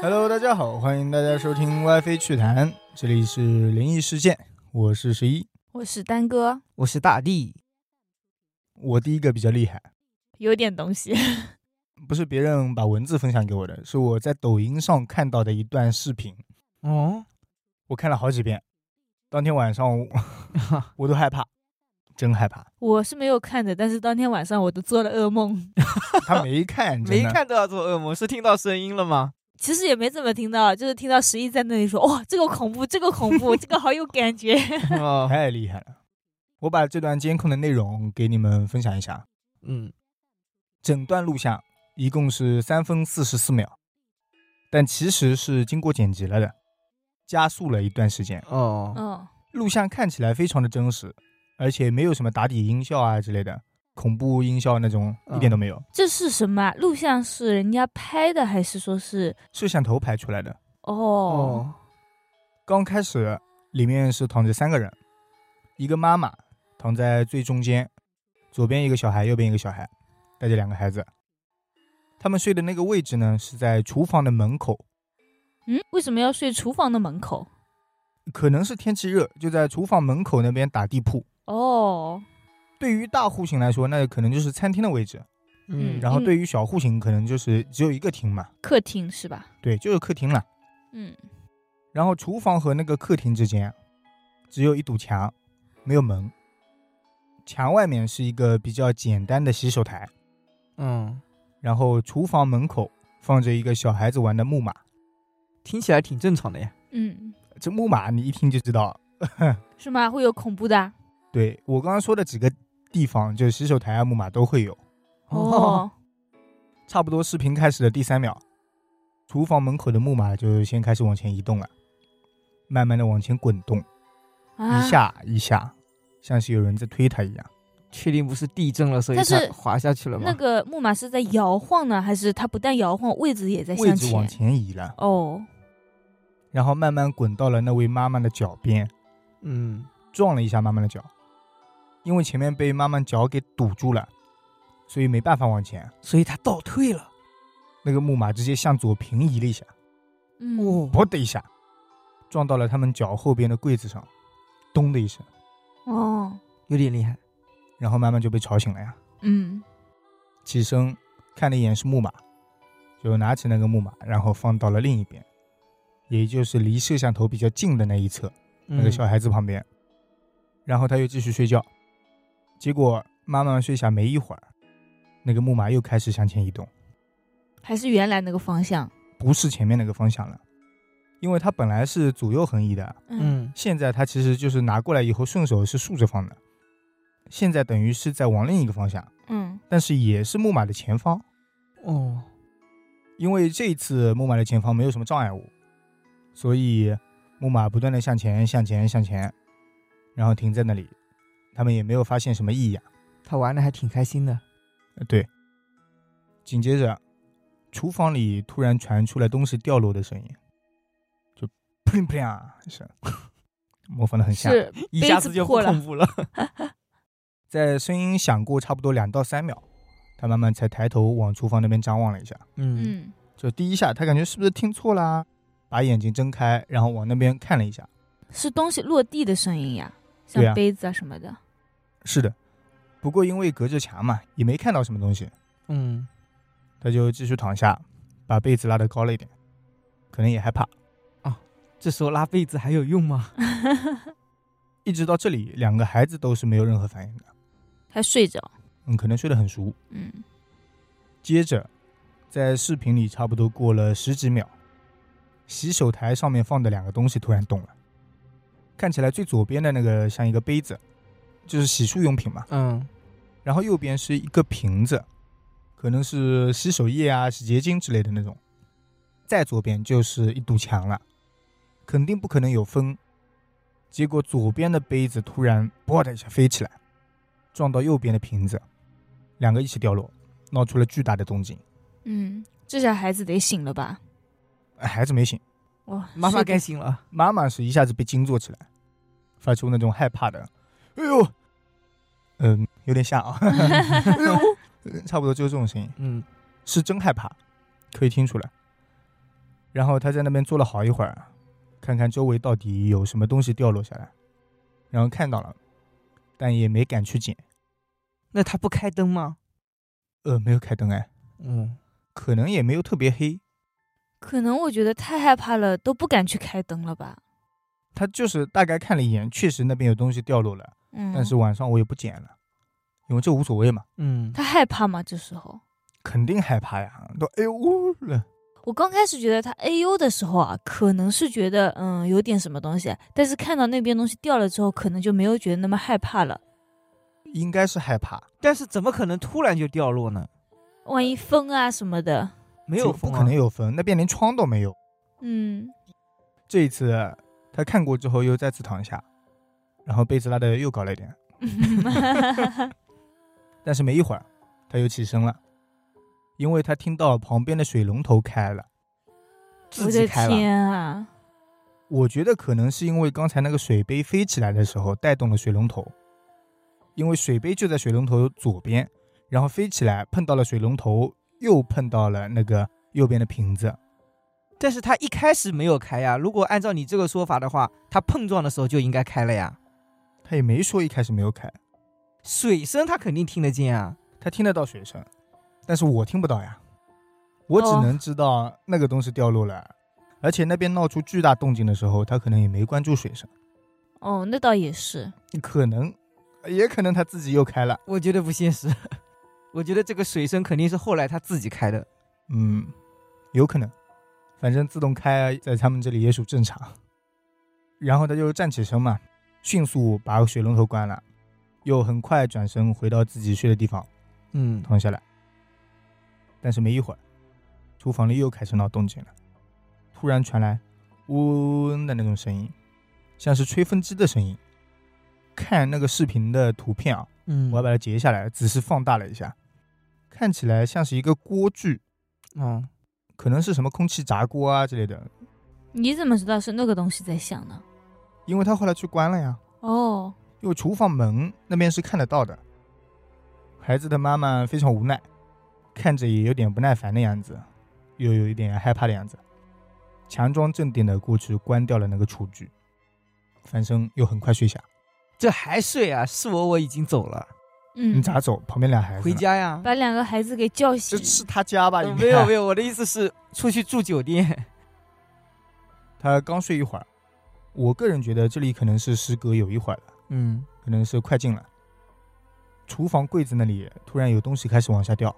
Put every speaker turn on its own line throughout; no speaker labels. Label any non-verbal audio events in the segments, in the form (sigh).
Hello，大家好，欢迎大家收听 WiFi 趣谈，这里是灵异事件，我是十一，
我是丹哥，
我是大地，
我第一个比较厉害，
有点东西。 (laughs)
不是别人把文字分享给我的，是我在抖音上看到的一段视频，
哦，
我看了好几遍，当天晚上
(laughs)
我我都害怕，真害怕，
我是没有看的，但是当天晚上我都做了噩梦，
他没看，
(laughs)
真
没
的，
看都要做噩梦，是听到声音了吗？
其实也没怎么听到，就是听到十一在那里说：“哇、这个恐怖，这个恐怖，这个好有感觉。
(laughs)
(laughs)
哦，
太厉害了。我把这段监控的内容给你们分享一下，
嗯，
整段录像一共是三分四十四秒，但其实是经过剪辑了的，加速了一段时间。
哦，
嗯，
录像看起来非常的真实，而且没有什么打底音效啊之类的，恐怖音效那种
嗯
一点都没有，
这是什么啊？录像是人家拍的，还是说是
摄像头拍出来的。
哦？
哦，
刚开始里面是躺着三个人，一个妈妈躺在最中间，左边一个小孩，右边一个小孩，带着两个孩子。他们睡的那个位置呢是在厨房的门口，
嗯，为什么要睡厨房的门口？
可能是天气热，就在厨房门口那边打地铺。
哦，
对于大户型来说，那可能就是餐厅的位置；
嗯
然后对于小户型，可能就是只有一个厅嘛，
客厅是吧？
对，就是客厅了。
嗯，
然后厨房和那个客厅之间只有一堵墙，没有门。墙外面是一个比较简单的洗手台，
嗯，
然后厨房门口放着一个小孩子玩的木马。
听起来挺正常的呀。
嗯，
这木马你一听就知道，
是吗？会有恐怖的啊？
对我刚刚说的几个地方，就是洗手台啊、木马都会有。
(laughs)
哦，
差不多视频开始的第三秒，厨房门口的木马就先开始往前移动了，慢慢的往前滚动，
啊
一，下一下，像是有人在推它一样。
确定不是地震了，所以
但
它
是
滑下去了吗？
那个木马是在摇晃呢，还是它不但摇晃，位置也在
位
向
置往前移了，
哦，
然后慢慢滚到了那位妈妈的脚边，
嗯，
撞了一下妈妈的脚，因为前面被妈妈脚给堵住了，所以没办法往前。
所以它倒退了。
那个木马直接向左平移了一下，
嗯，
哦，
啵的一下，撞到了他们脚后边的柜子上，咚的一声，
哦，
有点厉害。
然后妈妈就被吵醒了呀。
嗯，
起身看了一眼是木马，就拿起那个木马，然后放到了另一边，也就是离摄像头比较近的那一侧。
嗯
那个小孩子旁边，然后他又继续睡觉。结果妈妈睡下没一会儿，那个木马又开始向前移动，
还是原来那个方向。嗯
不是前面那个方向了，因为它本来是左右横移的，
嗯，
嗯，
现在它其实就是拿过来以后顺手是竖着放的，现在等于是在往另一个方向，
嗯，
但是也是木马的前方，
哦，
因为这一次木马的前方没有什么障碍物，所以木马不断的向前、向前、向前，然后停在那里，他们也没有发现什么异样。
它玩的还挺开心的。
呃对。紧接着，厨房里突然传出来东西掉落的声音，就砰砰啊一声，模仿的很像。
是
一
杯
下
子
子就不
破了
恐怖了。
(laughs) 在声音响过差不多两到三秒，他慢慢才抬头往厨房那边张望了一下。
嗯，
嗯，
就第一下，他感觉是不是听错啦、把眼睛睁开，然后往那边看了一下。
是东西落地的声音呀，像
对啊
杯子啊什么的。 (laughs)
是的，不过因为隔着墙嘛，也没看到什么东西，
嗯，
他就继续躺下，把被子拉得高了一点，可能也害怕。
这时候拉被子还有用吗？
一直到这里，两个孩子都是没有任何反应的，
还睡着。
嗯，可能睡得很熟。
嗯，
接着，在视频里差不多过了十几秒，洗手台上面放的两个东西突然动了，看起来最左边的那个像一个杯子，就是洗漱用品嘛，
嗯，
然后右边是一个瓶子，可能是洗手液啊、洗洁精之类的那种。再左边就是一堵墙了，肯定不可能有风。结果左边的杯子突然“啵”的一下飞起来，撞到右边的瓶子，两个一起掉落，闹出了巨大的动静。
嗯，这下孩子得醒了吧？
哎孩子没醒，
哇，
(laughs) 妈妈
睡得
该醒了。
妈妈是一下子被惊坐起来，发出那种害怕的“哎呦”，嗯，有点像啊，哎呦，差不多就是这种声音。
嗯，
是真害怕，可以听出来。然后他在那边坐了好一会儿，看看周围到底有什么东西掉落下来，然后看到了，但也没敢去捡。
那他不开灯吗？
呃，没有开灯哎，
嗯，
可能也没有特别黑，
可能我觉得太害怕了，都不敢去开灯了吧。
他就是大概看了一眼，确实那边有东西掉落了，
嗯，
但是晚上我也不捡了，因为这无所谓嘛，
嗯，
他害怕吗？这时候，
肯定害怕呀，都哎呦了，
我刚开始觉得他 A U 的时候啊，可能是觉得嗯有点什么东西，但是看到那边东西掉了之后，可能就没有觉得那么害怕了。
应该是害怕，
但是怎么可能突然就掉落呢？
万一风啊什么的，
没有
这不
风、啊，
可能有风，那边连窗都没有。 (laughs)
嗯，
这一次他看过之后又再次躺下，然后被子拉的又高了一点，但是没一会儿他又起身了，因为他听到旁边的水龙头开了，
我
自己
的
开了。
天啊！
我觉得可能是因为刚才那个水杯飞起来的时候带动了水龙头，因为水杯就在水龙头左边，然后飞起来碰到了水龙头，又碰到了那个右边的瓶子。
但是他一开始没有开呀。如果按照你这个说法的话，他碰撞的时候就应该开了呀。
他也没说一开始没有开，
水声他肯定听得见啊。
他听得到水声，但是我听不到呀，我只
哦
能知道那个东西掉落了，而且那边闹出巨大动静的时候，他可能也没关注水声，
哦，那倒也是，
可能也可能他自己又开了，
我觉得不现实， (laughs) 我觉得这个水声肯定是后来他自己开的。
嗯，有可能，反正自动开在他们这里也属正常。然后他就站起身嘛，迅速把水龙头关了，又很快转身回到自己睡的地方
嗯，
躺下来。但是没一会儿，厨房里又开始闹动静了，突然传来嗡嗡嗡的那种声音，像是吹风机的声音。看那个视频的图片啊，
嗯
我还把它截下来，只是放大了一下，看起来像是一个锅具，
嗯，
可能是什么空气炸锅啊之类的，
你怎么知道是那个东西在响呢？
因为他后来去关了呀。
哦，
因为厨房门那边是看得到的。孩子的妈妈非常无奈，看着也有点不耐烦的样子，又有一点害怕的样子，强装镇定的过去关掉了那个厨具，翻身又很快睡下。
这还睡啊？是我我已经走了，
嗯，
你咋走？旁边俩孩子呢
回，家呀。哦
把两个孩子给叫
这
醒？
是他家吧？应该啊
没有没。有，我的意思是出去住
(laughs)
酒店。
他刚睡一会儿，我个人觉得这里可能是时隔有一会儿了，
嗯，
可能是快进了。厨房柜子那里突然有东西开始往下掉，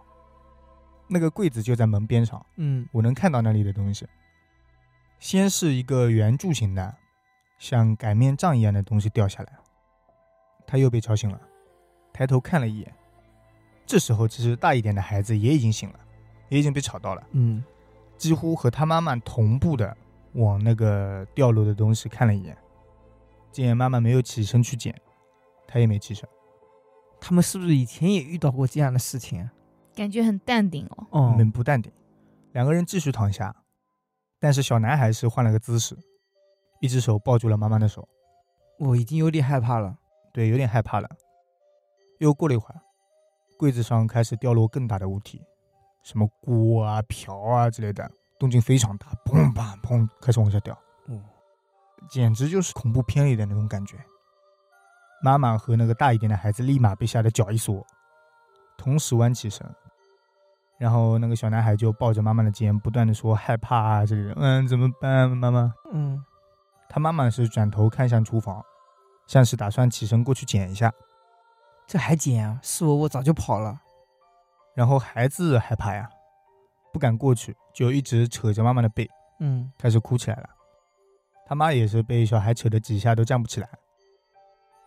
那个柜子就在门边上。
嗯，
我能看到那里的东西。先是一个圆柱形的，像擀面杖一样的东西掉下来，他又被吵醒了，抬头看了一眼。这时候，其实大一点的孩子也已经醒了，也已经被吵到了，
嗯，
几乎和他妈妈同步的往那个掉落的东西看了一眼。见妈妈没有起身去捡，他也没起身，
他们是不是以前也遇到过这样的事情啊？
感觉很淡定哦。
哦
很不淡定。两个人继续躺下，但是小男孩是换了个姿势，一只手抱住了妈妈的手。
我已经有点害怕了。
对，有点害怕了。又过了一会儿，柜子上开始掉落更大的物体，什么锅啊、瓢啊之类的，动静非常大，砰砰砰，开始往下掉，
哦，
简直就是恐怖片里的那种感觉。妈妈和那个大一点的孩子立马被吓得脚一缩，同时弯起身，然后那个小男孩就抱着妈妈的肩，不断的说害怕啊之类的，嗯，怎么办，妈妈？
嗯，
他妈妈是转头看向厨房，像是打算起身过去捡一下。
这还捡啊？是我我早就跑了。
然后孩子害怕呀，不敢过去，就一直扯着妈妈的背，
嗯，
开始哭起来了。他妈也是被小孩扯得几下都站不起来。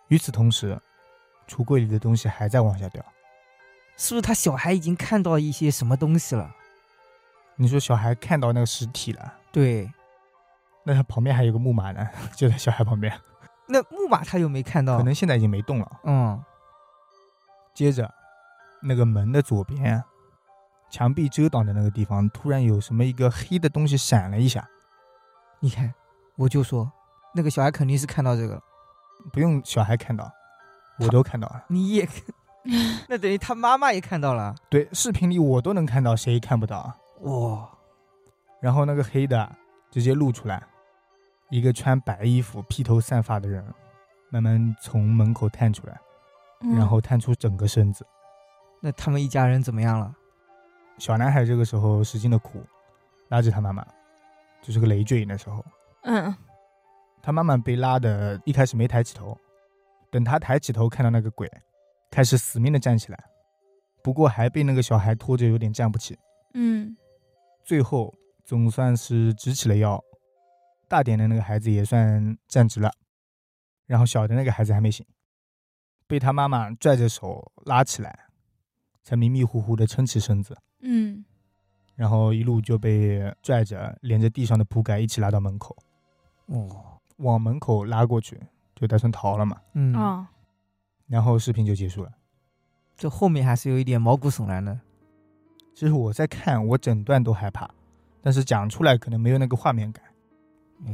与此同时，橱柜里的东西还在往下掉。
是不是他小孩已经看到一些什么东西了？
你说小孩看到那个实体了，
对，
那他旁边还有个木马呢， (laughs) 就在小孩旁边，
那木马他又没看到。
可能现在已经没动了。
嗯，
接着，那个门的左边，墙壁遮挡的那个地方，突然有什么一个黑的东西闪了一下。
你看，我就说那个小孩肯定是看到这个，
不用小孩看到，我都看到了。
你也，那等于他妈妈也看到了。
对，视频里我都能看到，谁看不到啊？
哇、
然后那个黑的直接露出来，一个穿白衣服、披头散发的人，慢慢从门口探出来，
嗯
然后探出整个身子。
那他们一家人怎么样了？
小男孩这个时候使劲的哭，拉着他妈妈，就是个累赘。那时候
嗯，
他妈妈被拉的，一开始没抬起头，等他抬起头看到那个鬼，开始死命的站起来，不过还被那个小孩拖着有点站不起。
嗯
最后总算是直起了腰，大点的那个孩子也算站直了，然后小的那个孩子还没醒，被他妈妈拽着手拉起来，才迷迷糊糊的撑起身子，
嗯
然后一路就被拽着连着地上的铺盖一起拉到门口，
哦，
往门口拉过去，就打算逃了嘛。
嗯，
哦，
然后视频就结束了。
这后面还是有一点毛骨悚
(laughs)
然的。
其实我在看，我整段都害怕，但是讲出来可能没有那个画面感，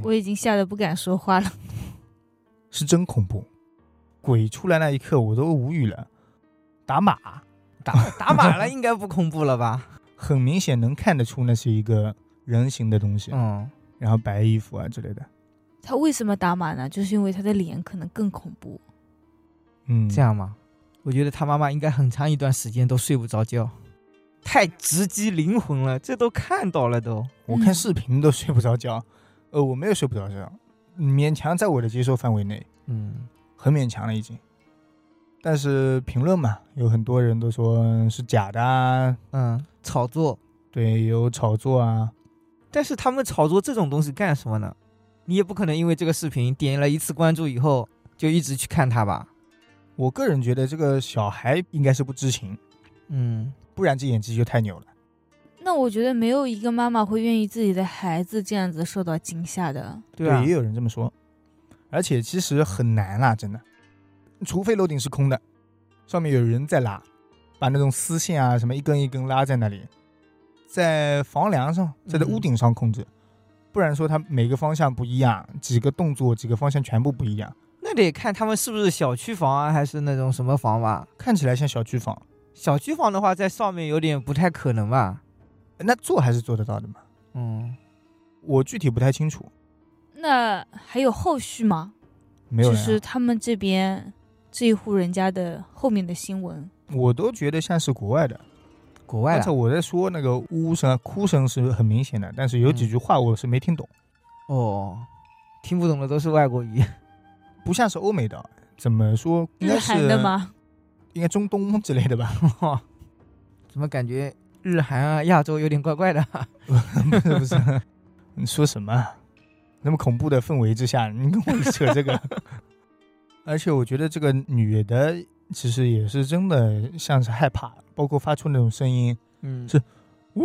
我已经吓得不敢说话了。
是真恐怖。鬼出来那一刻，我都无语了。打码，
打打码了，应该不恐怖了吧？
很明显能看得出那是一个人形的东西，
嗯，
然后白衣服啊之类的。
他为什么打码呢？就是因为他的脸可能更恐怖。
嗯，
这样吗？我觉得他妈妈应该很长一段时间都睡不着觉，太直击灵魂了，这都看到了都。
我看视频都睡不着觉，呃，我没有睡不着觉，勉强在我的接受范围内，
嗯，
很勉强了已经。但是评论嘛，有很多人都说是假的啊，
嗯，炒作，
对，有炒作啊，
但是他们炒作这种东西干什么呢？你也不可能因为这个视频点了一次关注以后就一直去看它吧？
我个人觉得这个小孩应该是不知情，
嗯，
不然这演技就太牛了。
那我觉得没有一个妈妈会愿意自己的孩子这样子受到惊吓的。
对啊
也，有人这么说，而且其实很难啦，真的，除非楼顶是空的，上面有人在拉，把那种丝线啊什么一根一根拉在那里，在房梁上，在这
嗯
屋顶上控制，不然说它每个方向不一样，几个动作几个方向全部不一样，
那得看他们是不是小区房啊，还是那种什么房吧。
看起来像小区房，
小区房的话，在上面有点不太可能吧？
那做还是做得到的嘛。
嗯，
我具体不太清楚，
那还有后续吗？
没有
就
人啊、
是他们这边这一户人家的后面的新闻。
我都觉得像是国外的。
国外
刚才
的
我在说那个呜声啊、哭声是很明显的，但是有
嗯
几句话我是没听懂，
哦，听不懂的都是外国语。 (laughs)
不像是欧美的，怎么说？应
日
该
韩
是
的吗？
应该中东之类的吧？ (laughs)
怎么感觉日韩啊、亚洲有点怪怪的？
不是不是，你说什么啊？那么恐怖的氛围之下，你跟我扯
(laughs)
这个，而且我觉得这个女的其实也是真的像是害怕，包括发出那种声音，
嗯
是呜，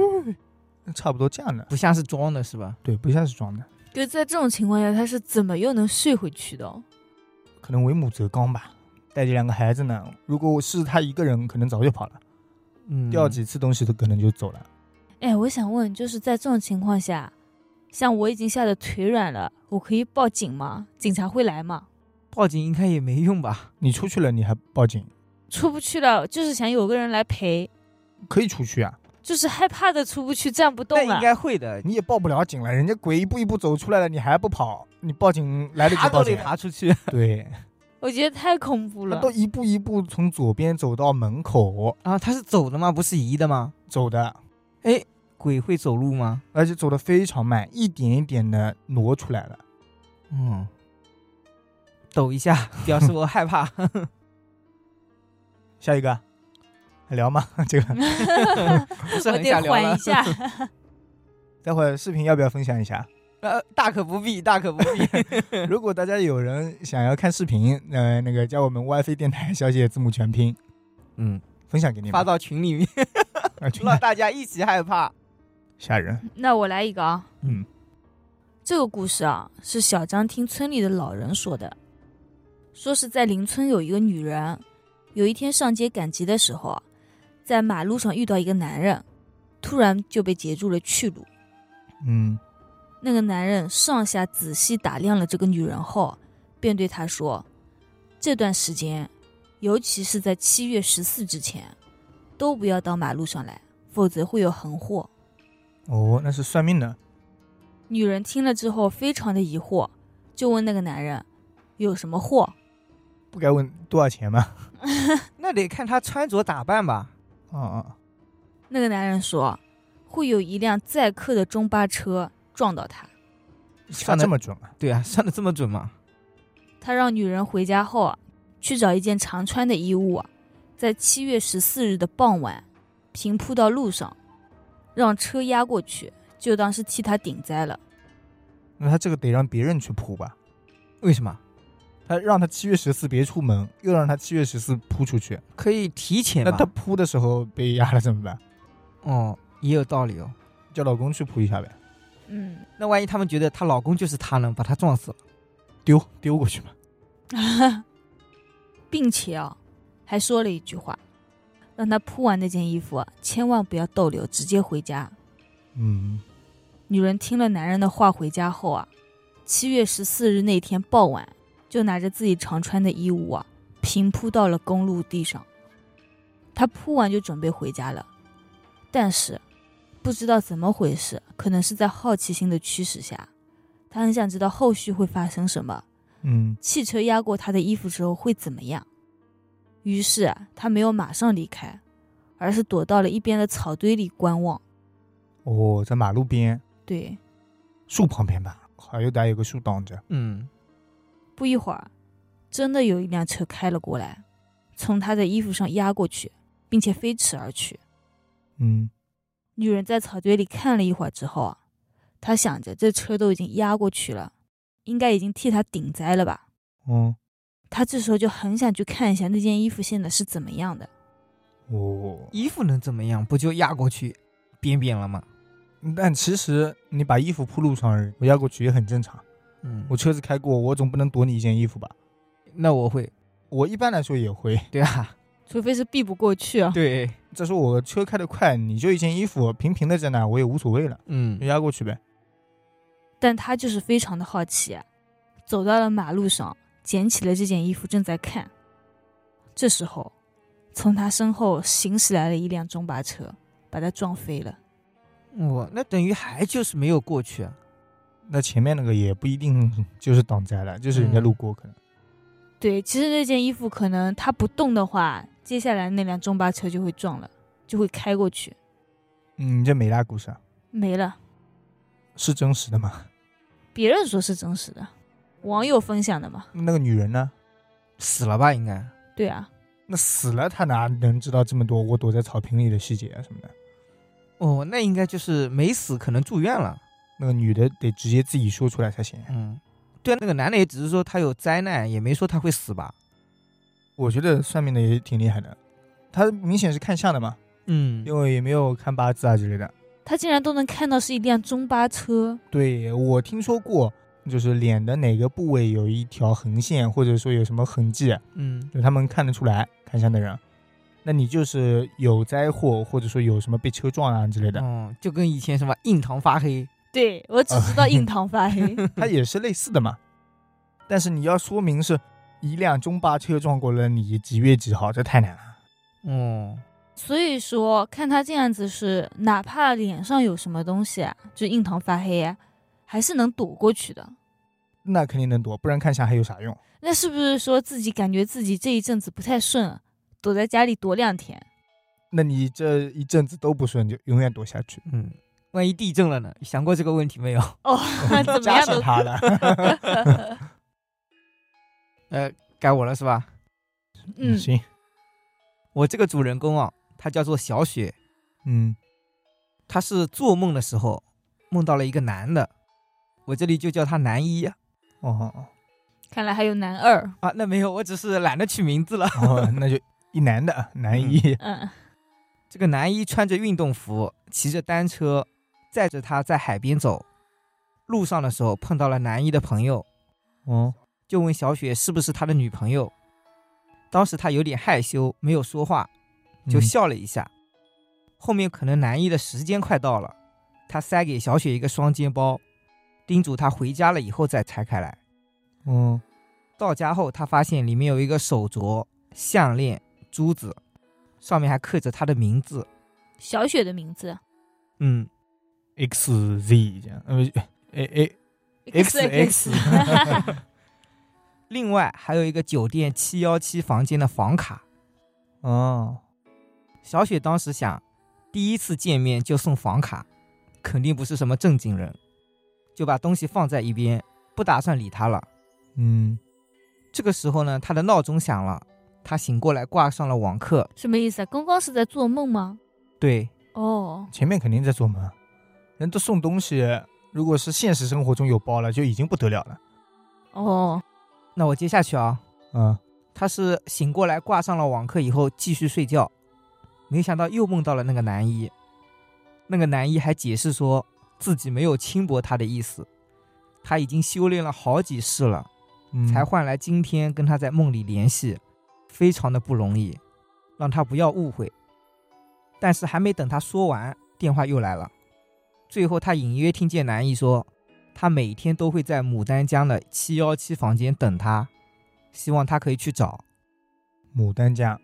差不多这样的，
不像是装的是吧？
对，不像是装的，
就在这种情况下，他是怎么又能睡回去的哦？
可能为母则刚吧。带着两个孩子呢，如果我是她一个人，可能早就跑了。
嗯，
掉几次东西都可能就走了。
哎，我想问，就是在这种情况下，像我已经吓得腿软了，我可以报警吗？警察会来吗？
报警应该也没用吧？
你出去了，你还报警，
出不去了，就是想有个人来陪，
可以出去啊，
就是害怕的出不去，站不
那
动啊
应
了。
该会的，
你也报不了警了，人家鬼一步一步走出来了，你还不跑，你报警来得及
爬
报
都得
警啊。
爬出去。
对，
我觉得太恐怖
他
了
都。一步一步从左边走到门口
啊，他是走的吗？不是移的吗？
走的，
鬼会走路吗？
而且走得非常慢，一点一点的挪出来了。
嗯，抖一下， (laughs) 表示我
(laughs)
害怕。
下一个啊，还聊吗？ (laughs) 这个
不是
我
很想
得
聊
缓
了
一。下。
待会儿视频要不要分享一下？
(laughs) 呃，大可不必，大可不必。
如果大家有人想要看视频，呃，那个加我们 WiFi 电台小写字母全拼
(laughs) 嗯，
分享给你们。
发到群 (laughs) 里面，
啊去
让大家一起害怕。
吓人，
那我来一个啊，
嗯，
这个故事啊是小张听村里的老人说的，说是在邻村有一个女人，有一天上街赶集的时候啊，在马路上遇到一个男人，突然就被截住了去路。
嗯，
那个男人上下仔细打量了这个女人后，啊便对她说：“这段时间，尤其是在七月十四之前，都不要到马路上来，否则会有横祸。”
哦，那是算命的。
女人听了之后非常的疑惑，就问那个男人有什么货。
不该问多少钱吗？
那得看他穿着打扮吧。
啊啊，
(laughs) 那个男人说，会有一辆载客的中巴车撞到他。
算
算
这
的
么准啊？
对啊，算的这么准吗？
他让女人回家后啊，去找一件常穿的衣物啊，在七月十四日的傍晚平铺到路上，让车压过去，就当是替他顶灾了。
那他这个得让别人去铺吧？
为什么？
他让他七月十四别出门，又让他七月十四铺出去，
可以提前
那
吧
他铺的时候被压了怎么办？
哦，也有道理哦。
叫老公去铺一下呗，
嗯，
那万一他们觉得她老公就是她呢，把她撞死了？
丢丢过去吧。
(laughs) 并且啊，还说了一句话，让他铺完那件衣服啊，千万不要逗留，直接回家。
嗯，
女人听了男人的话回家后啊，七月十四日那天傍晚，就拿着自己常穿的衣物啊，平铺到了公路地上。她铺完就准备回家了，但是不知道怎么回事，可能是在好奇心的驱使下，她很想知道后续会发生什么，
嗯，
汽车压过她的衣服之后会怎么样。于是啊她没有马上离开，而是躲到了一边的草堆里观望。
哦，在马路边
对，
树旁边吧，好像有歹有个树挡着。
嗯，
不一会儿，真的有一辆车开了过来，从他的衣服上压过去，并且飞驰而去。
嗯，
女人在草堆里看了一会儿之后啊，她想着这车都已经压过去了，应该已经替她顶灾了吧。
哦，
她这时候就很想去看一下那件衣服现在是怎么样的。
哦，
衣服能怎么样？不就压过去，扁扁了吗？
但其实你把衣服铺路上，我压过去也很正常。
嗯，
我车子开过，我总不能躲你一件衣服吧？
那我会，
我一般来说也会。
对 (laughs) 啊，
除非是避不过去啊，
对，
再说我车开得快，你就一件衣服平平的在那，我也无所谓了，就
嗯，
压过去呗。
但她就是非常的好奇啊、走到了马路上，捡起了这件衣服，正在看。这时候，从她身后行驶来了一辆中巴车，把她撞飞了。
嗯我那等于还就是没有过去啊。
那前面那个也不一定就是挡灾了，就是人家路过可能。
对，其实这件衣服可能她不动的话，接下来那辆中巴车就会撞了，就会开过去，
嗯，你这美拉故事啊，
没了。
是真实的吗？
别人说是真实的，网友分享的嘛。
那个女人呢？
死了吧？应该
对啊，
那死了，她哪能知道这么多我躲在草坪里的细节啊什么的？
哦，那应该就是没死，可能住院了。
那个女的得直接自己说出来才行。
嗯，对啊，那个男的也只是说他有灾难，也没说他会死吧？
我觉得算命的也挺厉害的，他明显是看相的嘛，
嗯
因为也没有看八字啊之类的。
她竟然都能看到是一辆中巴车，
对我听说过，就是脸的哪个部位有一条横线，或者说有什么痕迹，
嗯，
就他们看得出来看相的人。那你就是有灾祸，或者说有什么被车撞啊之类的，
哦，就跟以前什么印堂发黑，
对我只知道印堂发黑。
它也是类似的嘛。但是你要说明是一辆中巴车撞过了你几月几号，这太难了。
哦，
所以说，看他这样子是，哪怕脸上有什么东西啊，就印堂发黑啊，还是能躲过去的。
那肯定能躲，不然看相还有啥用？
那是不是说自己感觉自己这一阵子不太顺了，躲在家里躲两天？ (laughs)
那你这一阵子都不顺，就永远躲下去，
嗯，万一地震了呢？想过这个问题没有？ (laughs)
哦，怎么
加
样嗯 (laughs)
上
都
他嗯了。
呃，该我了是吧？
嗯，
行，
我这个主人公啊，他叫做小雪，
嗯
他是做梦的时候梦到了一个男的，我这里就叫他男一啊。
哦哦
看来还有男二。
啊那没有，我只是懒得取名字了。
哦，那就一男的男一，
嗯，
这个男一穿着运动服，骑着单车，载着他在海边走。路上的时候碰到了男一的朋友，
哦，
就问小雪是不是他的女朋友。当时他有点害羞，没有说话，就
嗯
笑了一下。后面可能男一的时间快到了，他塞给小雪一个双肩包，叮嘱她回家了以后再拆开来。
哦，
到家后，他发现里面有一个手镯、项链、珠子，上面还刻着他的名字。
小雪的名字，
嗯，
X Z 这样，呃 A A
X X，
X
另外还有一个酒店七幺七房间的房卡。
哦，
小雪当时想，第一次见面就送房卡，肯定不是什么正经人，就把东西放在一边，不打算理他了。
嗯，
这个时候呢，她的闹钟响了，她醒过来挂上了网课。
什么意思啊？刚刚是在做梦吗？
对，
哦，
前面肯定在做梦啊，人都送东西，如果是现实生活中有包了，就已经不得了了。
哦，
那我接下去啊，
嗯，
她是醒过来挂上了网课以后继续睡觉，没想到又梦到了那个男一，那个男一还解释说自己没有轻薄她的意思，他已经修炼了好几世了。
嗯
才换来今天跟他在梦里联系，非常的不容易，让他不要误会。但是还没等他说完，电话又来了。最后，他隐约听见南艺说，他每天都会在牡丹江的七幺七房间等他，希望他可以去找。
牡丹江，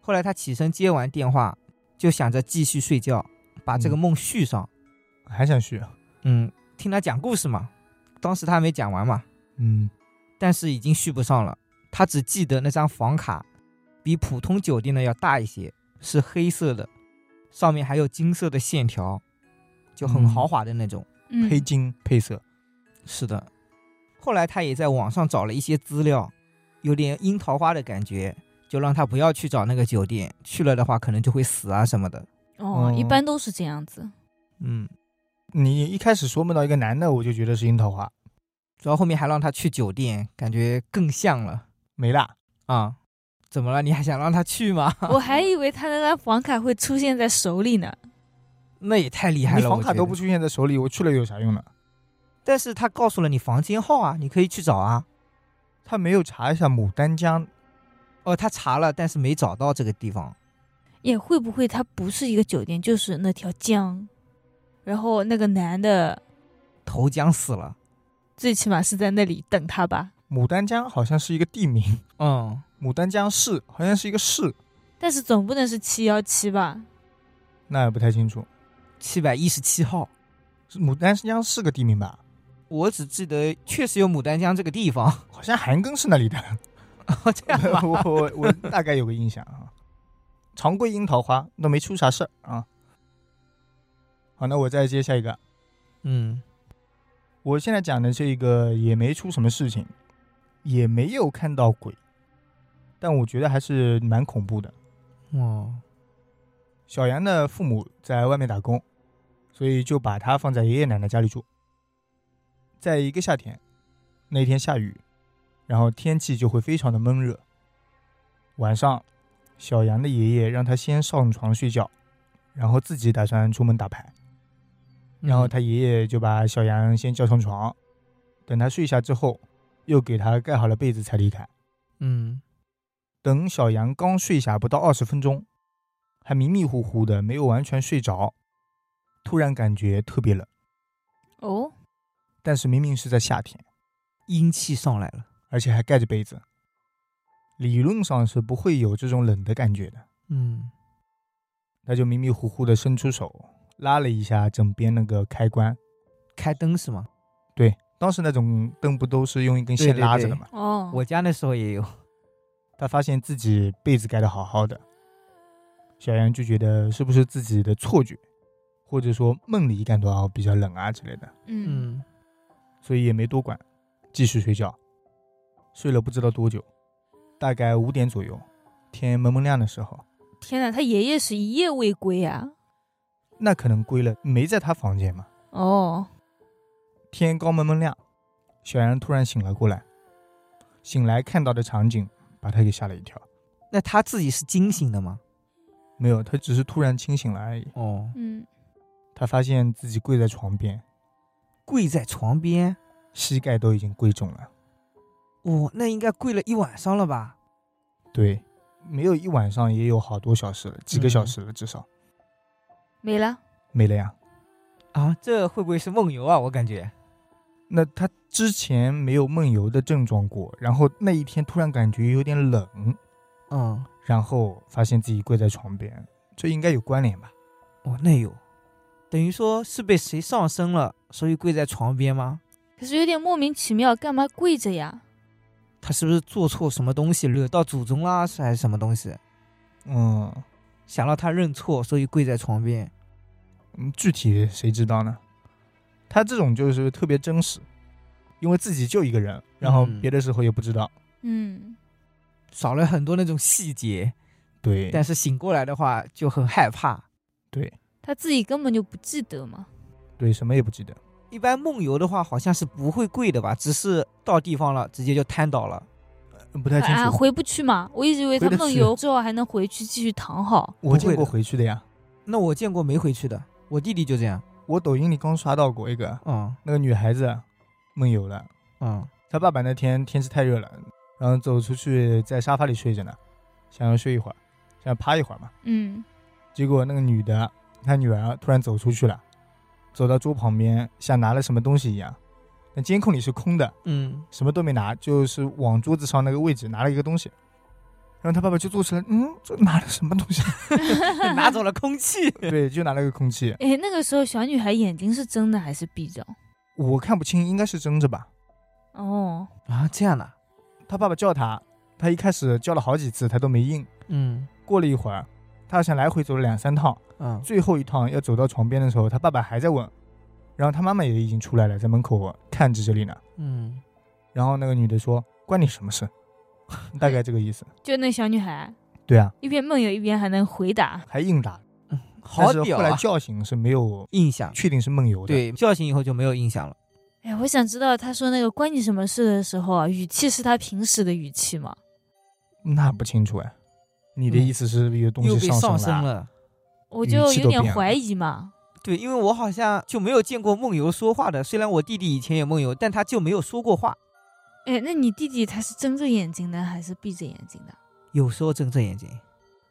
后来他起身接完电话，就想着继续睡觉，把这个
嗯
梦续上。
还想续，
嗯，听他讲故事嘛，当时他还没讲完嘛。
嗯，
但是已经续不上了。他只记得那张房卡比普通酒店的要大一些，是黑色的，上面还有金色的线条，就很
嗯
豪华的那种。
嗯
黑金配色，
嗯是的。后来他也在网上找了一些资料，有点樱桃花的感觉，就让他不要去找那个酒店，去了的话可能就会死啊什么的。
哦，一
嗯
般都是这样子。
嗯，
你一开始说梦到一个男的，我就觉得是樱桃花，
主要后面还让他去酒店，感觉更像了
没啦。
啊。怎么了？你还想让他去吗？ (laughs)
我还以为他的那房卡会出现在手里呢。
那也太厉害
你
了！
房
我
卡
觉
都
得
不出现在手里，我去了有啥用呢？
但是他告诉了你房间号啊，你可以去找啊。
他没有查一下牡丹江，
哦，他查了，但是没找到这个地方。
也会不会他不是一个酒店，就是那条江，然后那个男的
投江死了。
最起码是在那里等他吧？
牡丹江好像是一个地名， (laughs)
嗯，
牡丹江市好像是一个市，
但是总不能是七幺七吧？
那也不太清楚。
七百一十七号，
是牡丹江是个地名吧？
我只记得确实有牡丹江这个地方。 (laughs)
好像韩庚是那里的，
哦，这样吧，
(laughs) 我我我大概有个印象啊。常规樱桃花都没出啥事儿啊。好，那我再接下一个。
(laughs) 嗯，
我现在讲的这个也没出什么事情，也没有看到鬼，但我觉得还是蛮恐怖的。
哦，
小杨的父母在外面打工，所以就把他放在爷爷奶奶家里住。在一个夏天，那天下雨，然后天气就会非常的闷热。晚上，小杨的爷爷让他先上床睡觉，然后自己打算出门打牌。
嗯
然后他爷爷就把小杨先叫上床，等他睡下之后，又给他盖好了被子才离开。
嗯，
等小杨刚睡下不到二十分钟，还迷迷糊糊的，没有完全睡着，突然感觉特别冷，
哦，
但是明明是在夏天，
阴气上来了。
而且还盖着被子，理论上是不会有这种冷的感觉的。
嗯，
他就迷迷糊糊的伸出手拉了一下枕边那个开关，
开灯是吗？
对，当时那种灯不都是用一根
对
线
对
拉着
对
的嘛？
哦，
我家那时候也有。
他发现自己被子盖得好好的，小杨就觉得是不是自己的错觉，或者说梦里感到比较冷啊之类的。
嗯，
嗯，
所以也没多管，继续睡觉。睡了不知道多久，大概五点左右，天蒙蒙亮的时候，
天哪，他爷爷是一夜未归啊！
那可能归了，没在他房间嘛。
哦，
天刚蒙蒙亮，小杨突然醒了过来，醒来看到的场景把他给吓了一跳。
那他自己是惊醒的吗？
没有，他只是突然清醒了而已。
哦，
嗯，
他发现自己跪在床边，
跪在床边。
膝盖都已经跪肿了。
哦，那应该跪了一晚上了吧？
对，没有一晚上也有好多小时了，几个小时了，至少
没了。
没了呀。
啊，这会不会是梦游啊？我感觉。
那他之前没有梦游的症状过，然后那一天突然感觉有点冷，
嗯，
然后发现自己跪在床边，这应该有关联吧？
哦，那有。等于说是被谁上身了，所以跪在床边吗？
可是有点莫名其妙，干嘛跪着呀？
他是不是做错什么东西，惹到祖宗啦，是还是什么东西？
嗯
想让他认错，所以跪在床边。
嗯，具体谁知道呢？他这种就是特别真实，因为自己就一个人，然后
嗯
别的时候也不知道。
嗯，
少了很多那种细节，
对，
但是醒过来的话就很害怕。
对
他自己根本就不记得嘛。
对，什么也不记得。
一般梦游的话，好像是不会跪的吧？只是到地方了，直接就瘫倒了。
嗯不太清
啊，
楚，
回不去嘛！我一直以为他
回得去
梦游之后还能回去继续躺好。
我
不
见
会
过
的
回去的呀。
那我见过没回去的，我弟弟就这样。
我抖音里刚刷到过一个，
嗯
那个女孩子啊梦游了，
嗯，
她爸爸那天天气太热了，然后走出去在沙发里睡着呢，想要睡一会儿，想要趴一会儿嘛。
嗯，
结果那个女的，她女儿啊突然走出去了，走到桌旁边，像拿了什么东西一样。那监控里是空的，
嗯，
什么都没拿，就是往桌子上那个位置拿了一个东西。然后他爸爸就坐起来，嗯，这拿了什么东西？ (laughs)
(laughs) 拿走了空气。
对，就拿了个空气。
哎，那个时候小女孩眼睛是睁的还是闭着？
我看不清，应该是睁着吧。
哦，
(laughs) 啊，这样的。
他爸爸叫他，他一开始叫了好几次，他都没应。
嗯
过了一会儿，他好像来回走了两三趟，
嗯
最后一趟要走到床边的时候，他爸爸还在问，然后他妈妈也已经出来了，在门口看着这里呢。
嗯，
然后那个女的说：“关你什么事？” (laughs) 大概这个意思。
就那小女孩
对啊，
一边梦游一边还能回答。
还硬打，
好
但是
屌
后来
啊！
叫醒是没有
印象
确定是梦游的。，
对，叫醒以后就没有印象了。
哎，我想知道她说那个关你什么事的时候啊，语气是她平时的语气吗？
那不清楚哎。你的
嗯
意思是有东
又
西
被
上
嗯上
升
升
了？
了。
我
语
就
气
有
都
点
变了
怀疑嘛。
对，因为我好像就没有见过梦游说话的。虽然我弟弟以前也梦游，但他就没有说过话。
哎，那你弟弟他是睁着眼睛呢，还是闭着眼睛的？
有时候睁着眼睛，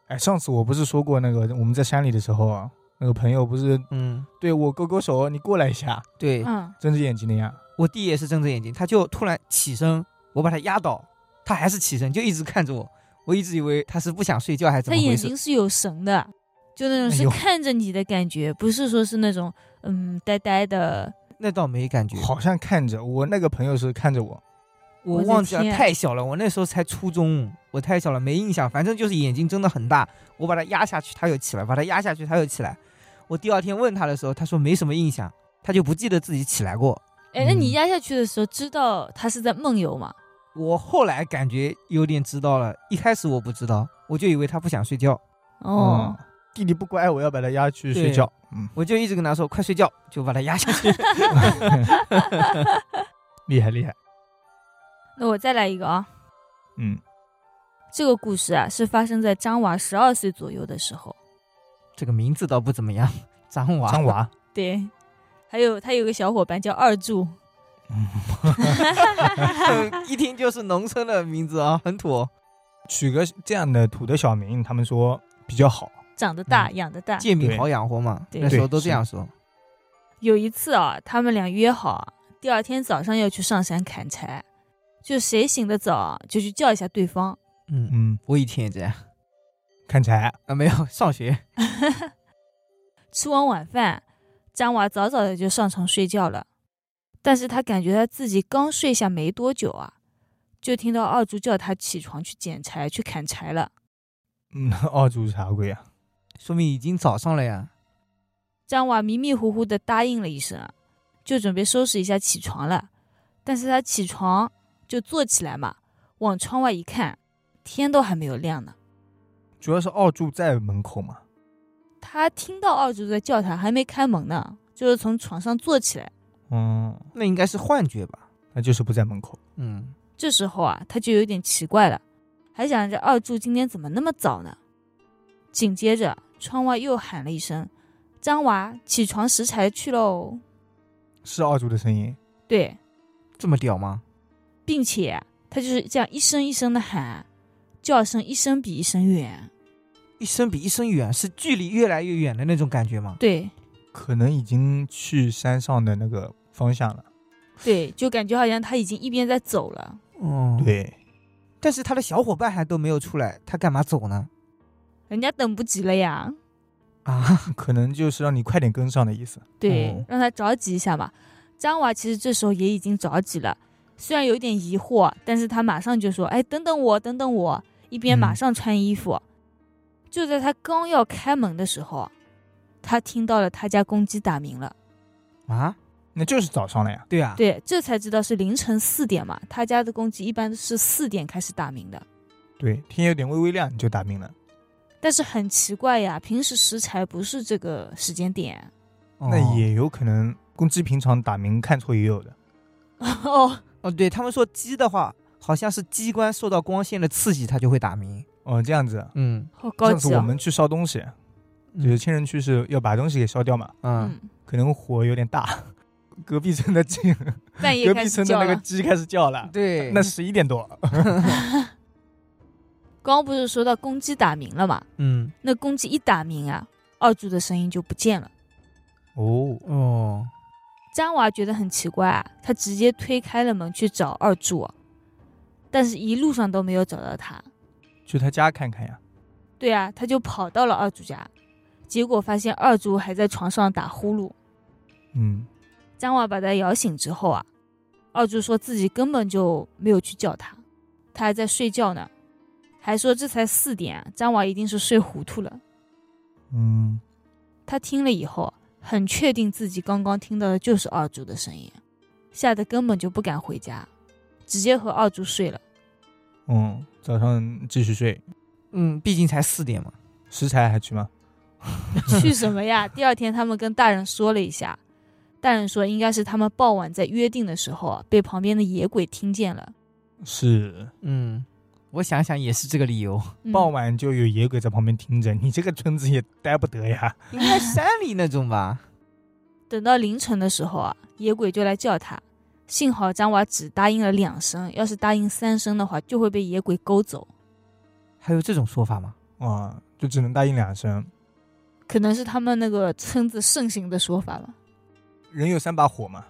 哎，上次我不是说过那个我们在山里的时候啊，那个朋友不是
嗯，
对我勾勾手，你过来一下，
对、
嗯，
睁着眼睛那样。
我弟也是睁着眼睛，他就突然起身，我把他压倒，他还是起身，就一直看着我。我一直以为他是不想睡觉还是怎
他
么回
眼
事
睛，是有神的，就那种
哎
是
呦
看着你的感觉，不是说是那种嗯呆呆的。
那倒没感觉。
好像看着我那个朋友是看着我，
我
我的
忘记了，
天
太小了，我那时候才初中，我太小了，没印象。反正就是眼睛睁得很大，我把他压下去，他又起来；把他压下去，他又起来。我第二天问他的时候，他说没什么印象，他就不记得自己起来过。
哎，那
嗯
你压下去的时候，知道他是在梦游吗？
我后来感觉有点知道了，一开始我不知道，我就以为他不想睡觉，
哦，
嗯，弟弟不乖，我要把他压去睡
对
觉。嗯，
我就一直跟他说快睡觉，就把他压下去。 (laughs)
厉害厉害。
那我再来一个啊。
嗯，
这个故事啊，是发生在张娃十二岁左右的时候。
这个名字倒不怎么样，张娃。
张娃，
对，还有他有个小伙伴叫二柱，
(laughs) 一听就是农村的名字啊，很土。
取个这样的土的小名，他们说比较好。
长得大，养得大。
借
对
米好养活嘛，
对
那时候
对
都这样说。
有一次啊，他们俩约好啊，第二天早上要去上山砍柴，就谁醒得早啊就去叫一下对方。 (laughs)
嗯，
嗯，
我以前也这样
砍柴，
啊，没有上学。
吃完晚饭，张娃早早的就上床睡觉了，但是他感觉他自己刚睡下没多久啊，就听到二柱叫他起床去捡柴去砍柴了。
嗯， (laughs) 二柱是啥鬼啊？
说明已经早上了呀。
张娃迷迷糊糊的答应了一声啊，就准备收拾一下起床了。但是他起床就坐起来嘛，往窗外一看，天都还没有亮呢。
主要是二柱在门口嘛。
他听到二柱在叫他，还没开门呢，就是从床上坐起来。
嗯，
那应该是幻觉吧？
那就是不在门口。
嗯，
这时候啊，他就有点奇怪了，还想着二柱今天怎么那么早呢？紧接着窗外又喊了一声：“张娃，起床拾柴去喽
是二柱的声音。！”
对，
这么屌吗？
并且他就是这样一声一声的喊，叫声一声比一声远。
一声比一声远，是距离越来越远的那种感觉吗？
对
可能已经去山上的那个方向了。
对，就感觉好像他已经一边在走了。
哦，。
对， (laughs)
但是他的小伙伴还都没有出来，他干嘛走呢？
人家等不及了呀。
啊，
可能就是让你快点跟上的意思。
对，
哦
让他着急一下嘛。张娃其实这时候也已经着急了，虽然有点疑惑，但是他马上就说：“哎，等等我，等等我！”一边
嗯
马上穿衣服。就在他刚要开门的时候，他听到了他家公鸡打鸣了。
啊，
那就是早上了呀。
对啊，
对，这才知道是凌晨四点嘛。他家的公鸡一般是四点开始打鸣的，
对，天有点微微亮你就打鸣了，
但是很奇怪呀，平时食材不是这个时间点。 (laughs)
哦
那也有可能公鸡平常打鸣看错也有的。
哦，
哦，对他们说鸡的话，好像是鸡冠受到光线的刺激，它就会打鸣。
哦，这样子。
嗯，
好高
上次
级
我
啊！
们去烧东西，
嗯
就是千人区是要把东西给烧掉嘛，
嗯，
嗯，
可能火有点大，隔壁村的鸡，
(laughs) 半夜
隔
开
壁
始
村的
叫
那
了。
个鸡开始叫了。
对，
那十一点多，
(laughs) 刚刚不是说到公鸡打鸣了嘛？
嗯
那公鸡一打鸣啊，二柱的声音就不见了。
哦，
哦，
张娃觉得很奇怪啊，他直接推开了门去找二柱，但是一路上都没有找到他。
去他家看看呀。
对啊，他就跑到了二柱家，结果发现二柱还在床上打呼噜。
嗯，
张娃把他摇醒之后啊，二柱说自己根本就没有去叫他，他还在睡觉呢，还说这才四点啊，张娃一定是睡糊涂了。
嗯，
他听了以后，啊很确定自己刚刚听到的就是二柱的声音，吓得根本就不敢回家，直接和二柱
(laughs)
睡了。
嗯，早上继续睡，
嗯，毕竟才四点嘛。
食材还去吗？
去什么呀？第二天他们跟大人说了一下，大人说应该是他们傍晚在约定的时候啊，被旁边的野鬼听见了。
是，
嗯，我想想也是这个理由。
嗯
傍晚就有野鬼在旁边听着，你这个村子也待不得呀。
应该山里那种吧？
等到凌晨的时候啊，野鬼就来叫他。幸好张娃只答应了两声，要是答应三声的话，就会被野鬼勾走。
(laughs) 还有这种说法吗？
啊，就只能答应两声。
可能是他们那个村子盛行的说法吧。
人有三把火嘛，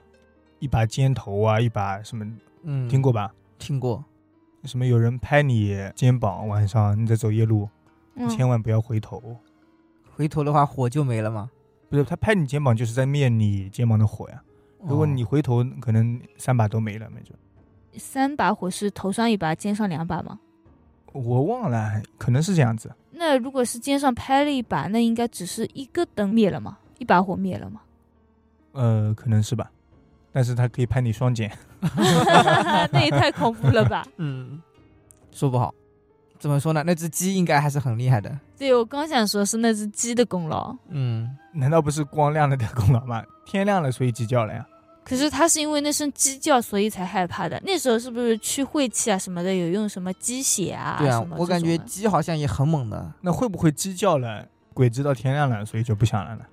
一把肩头啊，一把什么，
嗯，
听过吧？
听过。
什么有人拍你肩膀，晚上你在走夜路，
嗯，
千万不要回头。
回头的话，火就没了吗？
不是，他拍你肩膀就是在灭你肩膀的火呀。如果
哦
你回头，可能三把都没了，没准。
三把火是头上一把，肩上两把吗？
我忘了，可能是这样子。
那如果是肩上拍了一把，那应该只是一个灯灭了吗？一把火灭了
(laughs)
吗？
呃，可能是吧。但是他可以拍你双肩，
(laughs)
(laughs)
那也太恐怖了吧！
嗯，说不好。怎么说呢？那只鸡应该还是很厉害的。
对我刚想说是那只鸡的功劳，
嗯，
难道不是光亮了的功劳吗？天亮了，所以鸡叫了呀。
可是它是因为那声鸡叫，所以才害怕的。那时候是不是驱晦气啊什么的，有用什么鸡血啊？
对啊
什么，
我感觉
这种的
鸡好像也很猛的。
那会不会鸡叫了，鬼知道天亮了，所以就不想了呢？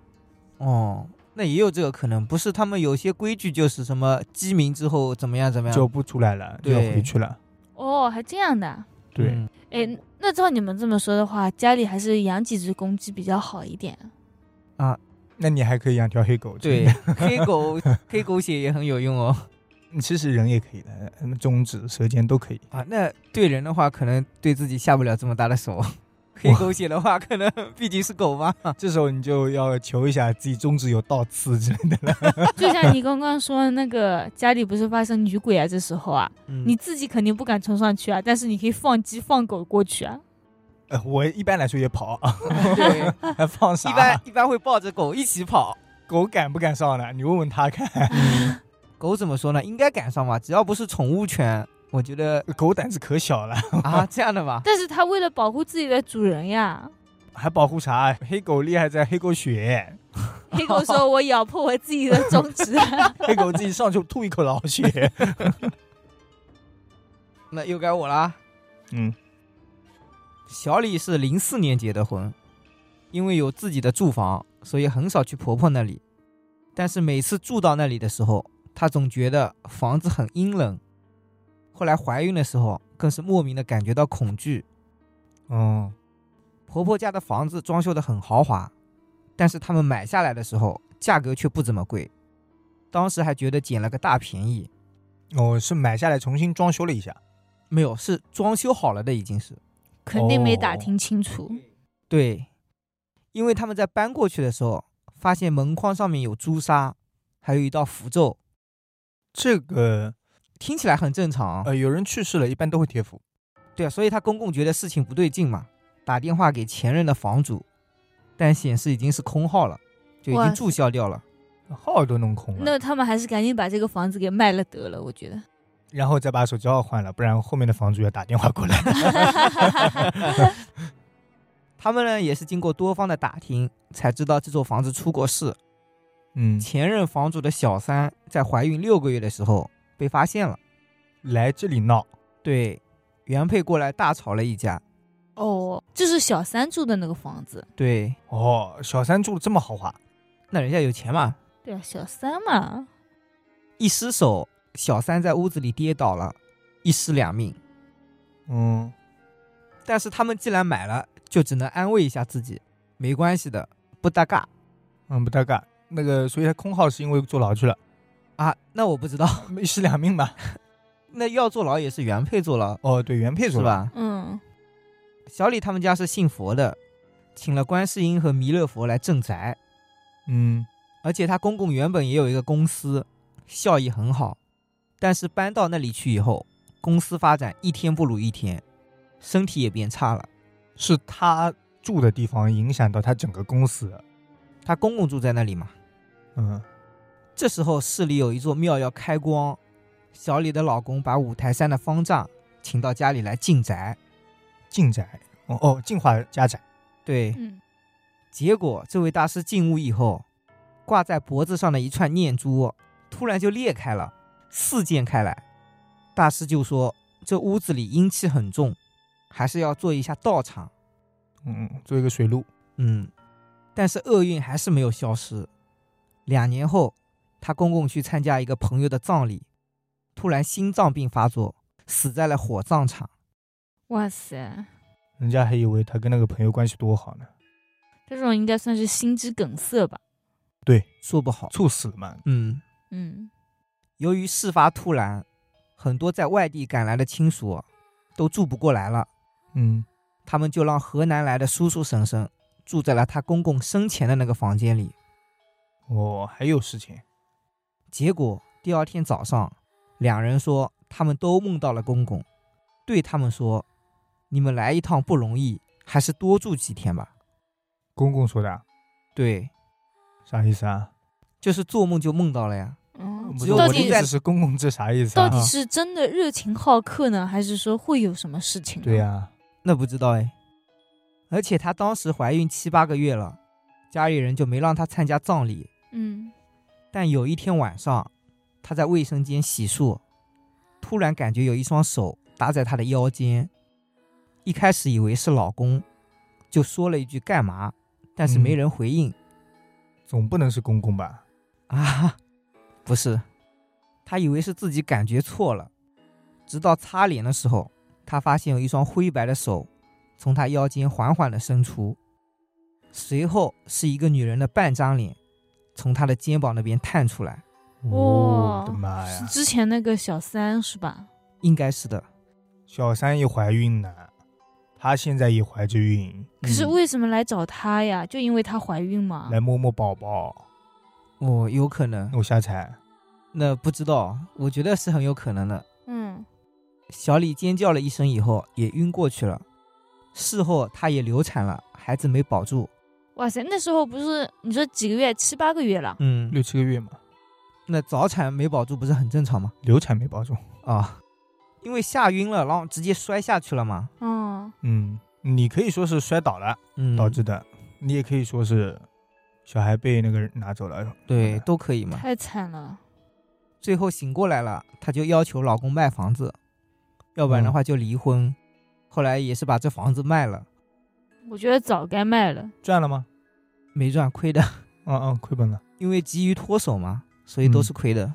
哦，那也有这个可能，不是他们有些规矩就是什么鸡鸣之后怎么样怎么样？
就不出来了，就
对
要回去了。
哦，还这样的啊。
对，
嗯
哎，那照你们这么说的话，家里还是养几只公鸡比较好一点。
那你还可以养条黑狗。
对，黑狗黑狗血也很有用哦。
(laughs) 其实人也可以的，什么中指、舌尖都可以。
啊，那对人的话，可能对自己下不了这么大的手。黑狗血的话，可能毕竟是狗嘛。
这时候你就要求一下自己中指有倒刺之类的
(laughs)
了。
啊就像你刚刚说的那个家里不是发生女鬼啊，这时候啊，
嗯
嗯
你自己肯定不敢冲上去啊，但是你可以放鸡放狗过去啊。
呃，我一般来说也跑，啊
(laughs) 对，
(laughs)
还放啥？
一般一般会抱着狗一起跑。
(laughs) 狗敢不敢上呢？你问问他看， (laughs)
嗯狗怎么说呢？应该赶上吧，只要不是宠物犬，我觉得
狗胆子可小了， (laughs)
啊，这样的吧。
(laughs) 但是它为了保护自己的主人呀，
还保护啥？黑狗厉害在黑狗血，
黑狗
(laughs)
说：“我咬破我自己的中指。啊
黑狗自己上去吐一口老
(laughs)
血。
那又该我啦。
嗯，
小李是零四年结的婚，因为有自己的住房，所以很少去婆婆那里。但是每次住到那里的时候，她总觉得房子很阴冷。后来怀孕的时候，更是莫名的感觉到恐惧。
哦，
婆婆家的房子装修的很豪华，但是他们买下来的时候，价格却不怎么贵。当时还觉得捡了个大便宜，
哦，是买下来重新装修了一下。
没有，是装修好了的，已经是。”
肯定没打听清楚。
对，因为他们在搬过去的时候，发现门框上面有朱砂，还有一道符咒，
这个
听起来很正常。啊
呃，有人去世了，一般都会贴符。
对啊，所以他公公觉得事情不对劲嘛，打电话给前任的房主，但显示已经是空号了，就已
哇
经注销掉了。
号都弄空了，
那他们还是赶紧把这个房子给卖了得了，我觉
(laughs)
得。
然后再把手机号换了，不然后面的房主要打电话过
(laughs)
来。
他们呢也是经过多方的打听，才知道这座房子出过事。
嗯，
前任房主的小三在怀孕六个月的时候被发现了，
来这里闹，
对，原配过来大吵了一架。
哦，就是小三住的那个房子。
对，
哦，小三住的这么豪华，
那人家有钱嘛，
对啊，小三嘛，
一失手，小三在屋子里跌倒了，一尸两命。
嗯，
但是他们既然买了，就只能安慰一下自己，没关系的，不搭嘎
嗯，不搭嘎。那个，所以他空号是因为坐牢去了，
啊。那我不知道，
一尸两命吧？
那要坐牢也是原配坐牢，
哦，对，原配
是
坐牢，
吧？
嗯，
小李他们家是信佛的，请了观世音和弥勒佛来镇宅，
嗯，
而且他公公原本也有一个公司，效益很好，但是搬到那里去以后，公司发展一天不如一天，身体也变差了。
是他住的地方影响到他整个公司，
他公公住在那里嘛，
嗯，
这时候市里有一座庙要开光，小李的老公把五台山的方丈请到家里来进宅，
进宅，哦哦，进化家宅，哎
对，
嗯，
结果这位大师进屋以后，挂在脖子上的一串念珠突然就裂开了，四溅开来。大师就说这屋子里阴气很重，还是要做一下道场。
嗯，做一个水路，
嗯，但是厄运还是没有消失。两年后，他公公去参加一个朋友的葬礼，突然心脏病发作，死在了火葬场。
哇塞，
人家还以为他跟那个朋友关系多好呢，
这种应该算是心肌梗塞吧？
说不好，
猝死了嘛，
嗯，
嗯，
由于事发突然，很多在外地赶来的亲属都住不过来了，
嗯，
他们就让河南来的叔叔婶婶住在了他公公生前的那个房间里。
哦，还有事情，
结果第二天早上，两人说他们都梦到了公公，对他们说：“你们来一趟不容易，还是多住几天吧。
公公说的啊，”
对，
啥意思啊？
就是做梦就梦到了呀。
嗯
不
只
是
有
到
我的
底
意
在
思是公公这啥意思
到
啊？
底是真的热情好客呢，还是说会有什么事情？
对、呀、
那不知道哎。而且她当时怀孕七八个月了，家里人就没让她参加葬礼。
嗯，
但有一天晚上，她在卫生间洗漱，突然感觉有一双手搭在她的腰间。一开始以为是老公，就说了一句“干嘛”，但是没
嗯
人回应、
总不能是公公吧？
啊。 (laughs) 不是，她以为是自己感觉错了，直到擦脸的时候，她发现有一双灰白的手从她腰间缓缓地伸出，随后是一个女人的半张脸从她的肩膀那边探出来。
哦
哇
我的妈哎呀
是！之前那个小三是吧？
应该是的，
小三也怀孕了，她现在也怀着孕，
可是
嗯
为什么来找他呀？就因为她怀孕吗？
来摸摸宝宝，
哦，有可能。
我瞎猜。
那不知道，我觉得是很有可能的。
嗯，
小李尖叫了一声以后，也晕过去了。事后她也流产了，孩子没保住。
哇塞，那时候不是你说几个月，七八个月了？
嗯，
六七个月嘛，
那早产没保住不是很正常吗？
流产没保住。
啊、因为吓晕了，然后直接摔下去了嘛。
嗯，
嗯，你可以说是摔倒了
嗯，
导致的，你也可以说是小孩被那个人拿走了。嗯
对都可以嘛。
太惨了。
最后醒过来了，她就要求老公卖房子，要不然的话就离婚。后来也是把这房子卖了，
我觉得早该卖了。
赚了吗？
没赚亏的，
嗯嗯，亏本了。
因为急于脱手嘛，所以都
嗯
是亏的。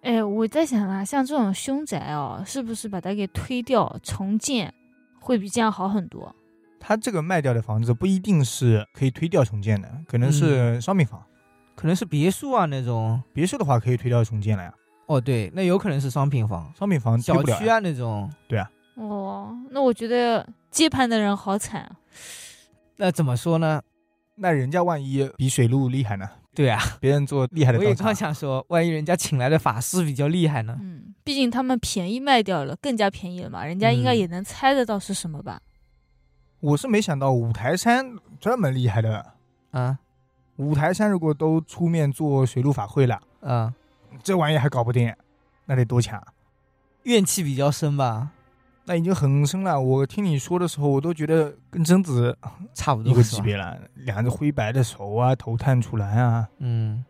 哎，我在想啊，像这种凶宅哦，是不是把它给推掉重建，会比这样好很多？
他这个卖掉的房子不一定是可以推掉重建的，可能
嗯
是商品房。
可能是别墅啊那种。
别墅的话可以推掉重建了呀，
哦，对，那有可能是商品房、
商品房推
小
嗯不了
区
呀。
啊那种。
哦，那我觉得接盘的人好惨啊。
那怎么说呢？
那人家万一比水路厉害呢？
对啊，
别人做厉害的
我也
倒茶，
刚想说，万一人家请来的法师比较厉害呢？
嗯，毕竟他们便宜卖掉了，更加便宜了嘛，人家应该
嗯
也能猜得到是什么吧？
我是没想到五台山这么厉害的。
啊，
五台山如果都出面做水陆法会了，
嗯，
这玩意还搞不定，那得多强！
怨气比较深吧，
那已经很深了。我听你说的时候，我都觉得跟贞子啊
差不
一
多
个
是
级
吧？
别了，两只灰白的手啊，头探出来啊，
嗯，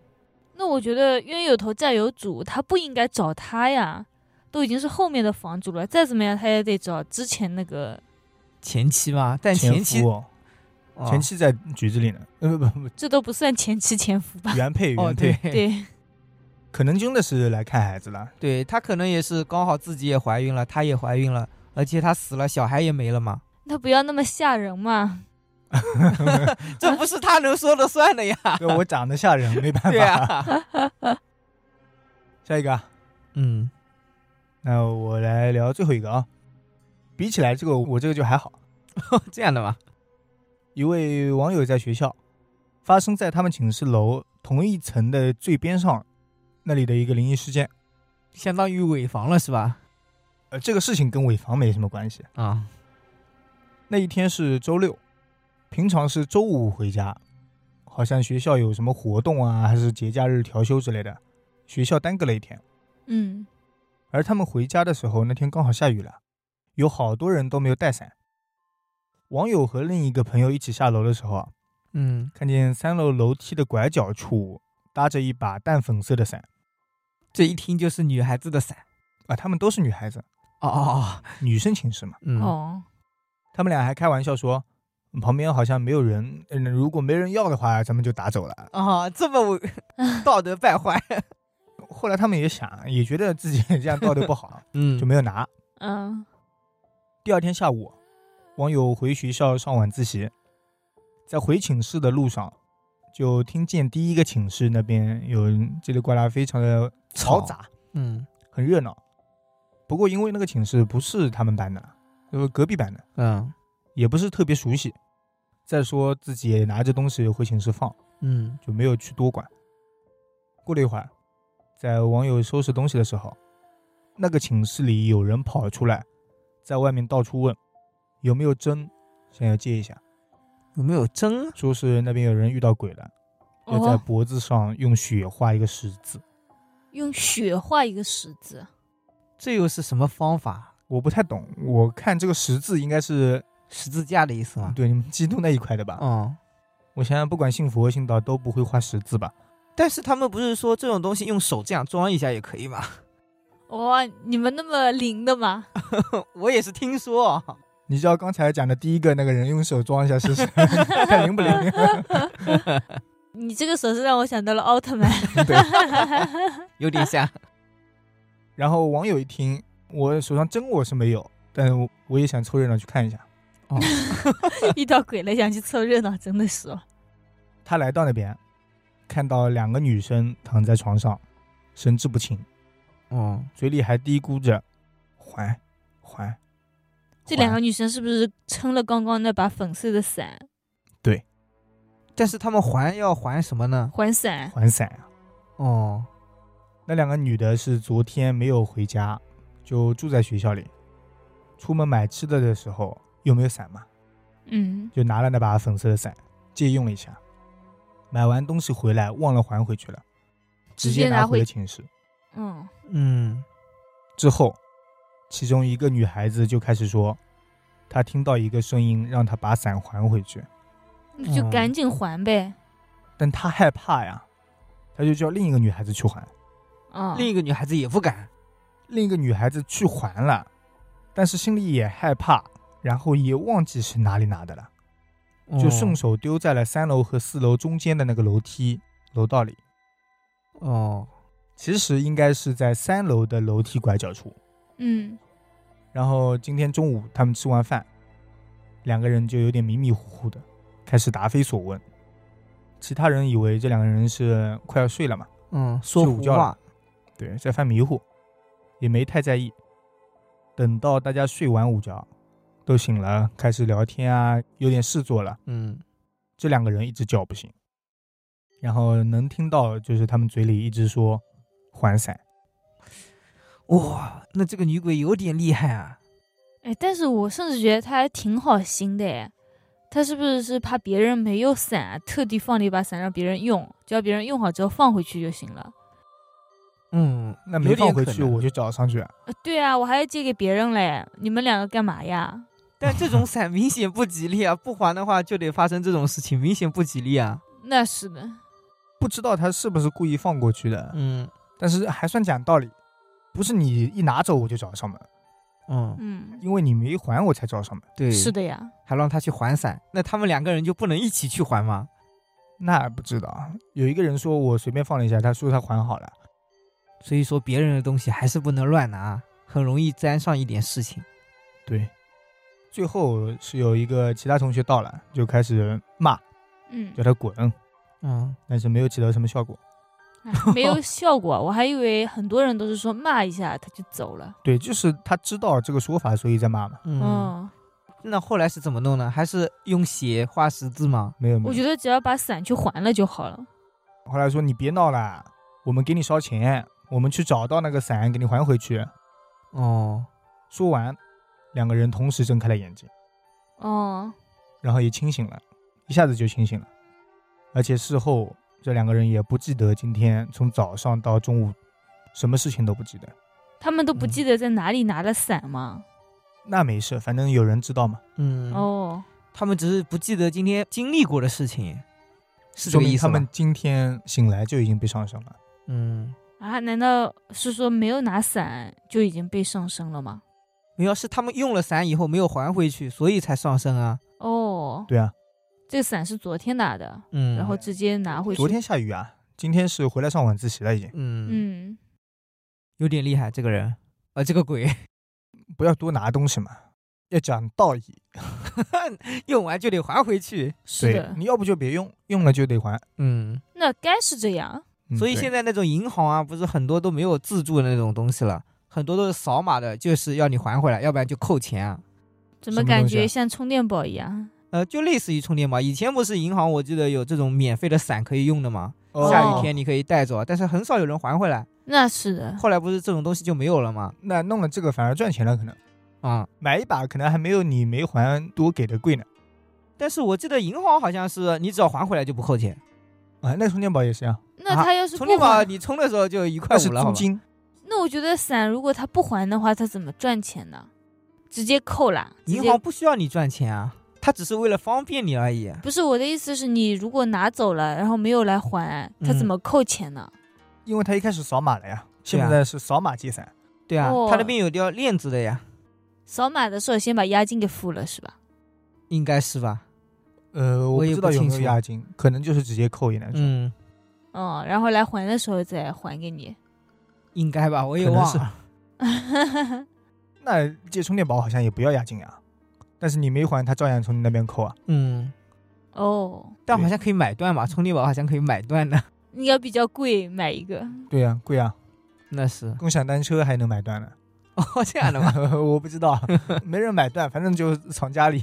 那我觉得冤有头债有主，他不应该找他呀，都已经是后面的房主了，再怎么样他也得找之前那个
前期嘛，但前期
前夫哦
哦
前期在局子里呢，呃不 (laughs) 不不，
这都不算前妻前夫吧？
原配
哦
原配，
(laughs) 对
对，
可能真的是来看孩子 (laughs) 了。
对，她可能也是刚好自己也怀孕了，她也怀孕了，而且她死了，小孩也没
(laughs)
了嘛，
那不要那么吓人嘛。
这不是她能说了算
(laughs)
的呀。
因为我长得吓人，没办
对
法。
啊，
下一个啊，
嗯 (laughs)
那我来聊最后一个啊。比起来这个，我这个就还好。
这样的嘛，
一位网友在学校，发生在他们寝室楼同一层的最边上那里的一个灵异事件。
相当于尾房了是吧？
呃，这个事情跟尾房没什么关系。
啊，
那一天是周六，平常是周五回家，好像学校有什么活动啊，还是节假日调休之类的，学校耽搁了一天。
嗯，
而他们回家的时候，那天刚好下雨了，有好多人都没有带伞。网友和另一个朋友一起下楼的时候啊，
嗯，
看见三楼楼梯的拐角处搭着一把淡粉色的伞
这一听就是女孩子的伞。
啊，她们都是女孩子，
哦哦哦，
女生寝室嘛。
嗯，
哦，
他们俩还开玩笑说，嗯旁边好像没有人，嗯，如果没人要的话，咱们就打走了。
啊，这么 (laughs) 我道德败坏，
后来他们也想，也觉得自己 (laughs) 这样道德不好，
嗯
就没有拿。
嗯，
第二天下午，网友回学校上晚自习，在回寝室的路上，就听见第一个寝室那边有人叽里呱啦，非常的嘈杂，
嗯
很热闹。不过因为那个寝室不是他们班的，就是隔壁班的，
嗯
也不是特别熟悉。再说自己也拿着东西回寝室放，
嗯，
就没有去多管。过了一会儿，在网友收拾东西的时候，那个寝室里有人跑出来，在外面到处问有没有针，想要借一下，
有没有针？
说是那边有人遇到鬼了，要在
哦，
脖子上用血画一个十字。
用血画一个十字，
这又是什么方法？
我不太懂，我看这个十字应该是
十字架的意思吗？
对你们 (laughs) 基督那一块的吧？
嗯，
我想想，不管信佛信道都不会画十字吧？
但是他们不是说这种东西用手这样装一下也可以吗？ (laughs)
哇、你们那么灵的吗？ (laughs)
我也是听说啊，
你知道刚才讲的第一个那个人用手装一下
(laughs)
试试，看灵不灵？
你这个手势让我想到了奥特 (laughs) 曼。
对。
有点像。
然后网友一听，我手上针我是没有，但我我也想凑热闹去看一下。
遇到鬼了想去凑热闹，真的是哦。
他来到那边，看到两个女生躺在床上，神志不清，
(laughs) 哦，
嘴里还嘀咕着“还还”。
这两个
还
女生是不是撑了刚刚那把粉色的伞？
但是他们还要还什么呢？
还伞？
还伞啊！
哦，
那两个女的是昨天没有回家，就住在学校里。出门买吃的的时候又没有伞嘛，
嗯，
就拿了那把粉色的伞借用了一下。买完东西回来忘了还回去了，直接拿回了寝室。
嗯，
嗯，
之后，其中一个女孩子就开始说，她听到一个声音让她把伞还回去，
那就
嗯
哦
赶紧还呗。
但她害怕呀，她就叫另一个女孩子去还，
嗯，
另一个女孩子也不敢。
另一个女孩子去还了，但是心里也害怕，然后也忘记是哪里拿的了，
哦
就顺手丢在了三楼和四楼中间的那个楼梯楼道里，
哦，
其实应该是在三楼的楼梯拐角处。
嗯，
然后今天中午他们吃完饭，两个人就有点迷迷糊糊的，开始答非所问。其他人以为这两个人是快要睡了嘛，
嗯，说
睡午
胡
觉
话
了，对，在犯迷糊，也没太在意。等到大家睡完午觉，都醒了，开始聊天啊，有点事做了，
嗯，
这两个人一直叫不醒，然后能听到就是他们嘴里一直说“还伞
哇，那这个女鬼有点厉害啊！
哎，但是我甚至觉得他还挺好心的哎，他是不是是怕别人没有伞啊，特地放了一把伞让别人用，只要别人用好之后放回去就行了。
嗯”，，
那
有
没
点
放回
可
去
能
我就找上去啊。
呃，对啊，我还要借给别人嘞，你们两个干嘛呀？
但这种伞明显不吉利啊，不还的话就得发生这种事情，明显不吉利啊。
那是的，
不知道他是不是故意放过去的，
嗯
但是还算讲道理，不是你一拿走我就找上门，
嗯，
嗯，
因为你没还我才找上门，
对，
是，的呀，
还让他去还伞，那他们两个人就不能一起去还吗？
那不知道啊。有一个人说我随便放了一下，他说他还好了，
所以说别人的东西还是不能乱拿，很容易沾上一点事情。
对。最后是有一个其他同学到了，就开始骂，
嗯
叫，他滚，
嗯，
但是没有起到什么效果。
哎没有效果，我还以为很多人都是说骂一下他就走了。
对，就是他知道这个说法，所以在骂嘛。
嗯，那后来是怎么弄呢？还是用血画十字吗？
没有
嗯，
没
我
有
觉。得只要把伞去还了就好了。
后来说你别闹了，我们给你烧钱，我们去找到那个伞给你还回去。
哦，
说完，两个人同时睁开了眼睛，
哦，
然后也清醒了，一下子就清醒了。而且事后这两个人也不记得今天从早上到中午什么事情都不记得。
他们都不记得在哪里拿了伞吗？
那没事，反正有人知道嘛，
嗯，
哦，
他们只是不记得今天经历过的事情，是这
说
个意
明
思
他
吗？
们今天醒来就已经被上身了。
嗯，
啊，难道是说没有拿伞就已经被上身了吗？
没有，是他们用了伞以后没有还回去，所以才上身啊。
哦，
对啊，
这个伞是昨天拿的，
嗯，
然后直接拿回去。
昨天下雨啊，今天是回来上晚自习了已经。
嗯
嗯，
有点厉害这个人，呃，这个鬼 (laughs)
不要多拿东西嘛，要讲道义。
用完就得还回去。
是
对，
的，
你要不就别用，用了就得还。嗯
嗯，
那该是这样。
所以现
在
在那种银行啊，不是很多都没有自助的那种东西了，很多都是扫码的，就是要你还回来，要不然就扣钱啊。
怎
什
么
么
感
东西啊
觉像充电宝一样？
呃，就类似于充电宝。以前不是银行，我记得有这种免费的伞可以用的嘛，
哦
下雨天你可以带走，啊但是很少有人还回来。
那是的，
后来不是这种东西就没有了嘛？
那弄了这个反而赚钱了，可能
啊、
买一把可能还没有你没还多给的贵呢。
但是我记得银行好像是你只要还回来就不扣钱，
啊，那充电宝也是啊，
那
啊
他要是
充
不
电宝
还，
你充的时候就一块
那是
五了，
租
好吧？
金，
那我觉得伞如果他不还的话，他怎么赚钱呢？直接扣啦，直
银
接
行不需要你赚钱啊，它只是为了方便你而已。
不是我的意思是你如果拿走了，然后没有来还，他
嗯
怎么扣钱呢？
因为他一开始扫码了呀，现
对啊
在是扫码计算。
对啊，
哦
它那边有条链子的呀，
扫码的时候先把押金给付了是吧？
应该是吧？
呃，我
我也
不知道
不
有
清
没有
楚
押金，可能就是直接扣一两种。
嗯，
嗯，然后来还的时候再还给你。 (laughs)
应该吧，我也
可能
忘
是
了。
那借充电宝好像也不要押金啊，但是你没还，他照样从你那边扣啊。
嗯，
哦，
但好像可以买断吧？充电宝好像可以买断的，
你要比较贵买一个， (laughs)
对呀、贵啊，
那是
共享单车还能买断呢。
哦，这样
(laughs)
的吗？
我不知道，没人买断，反正就藏家里。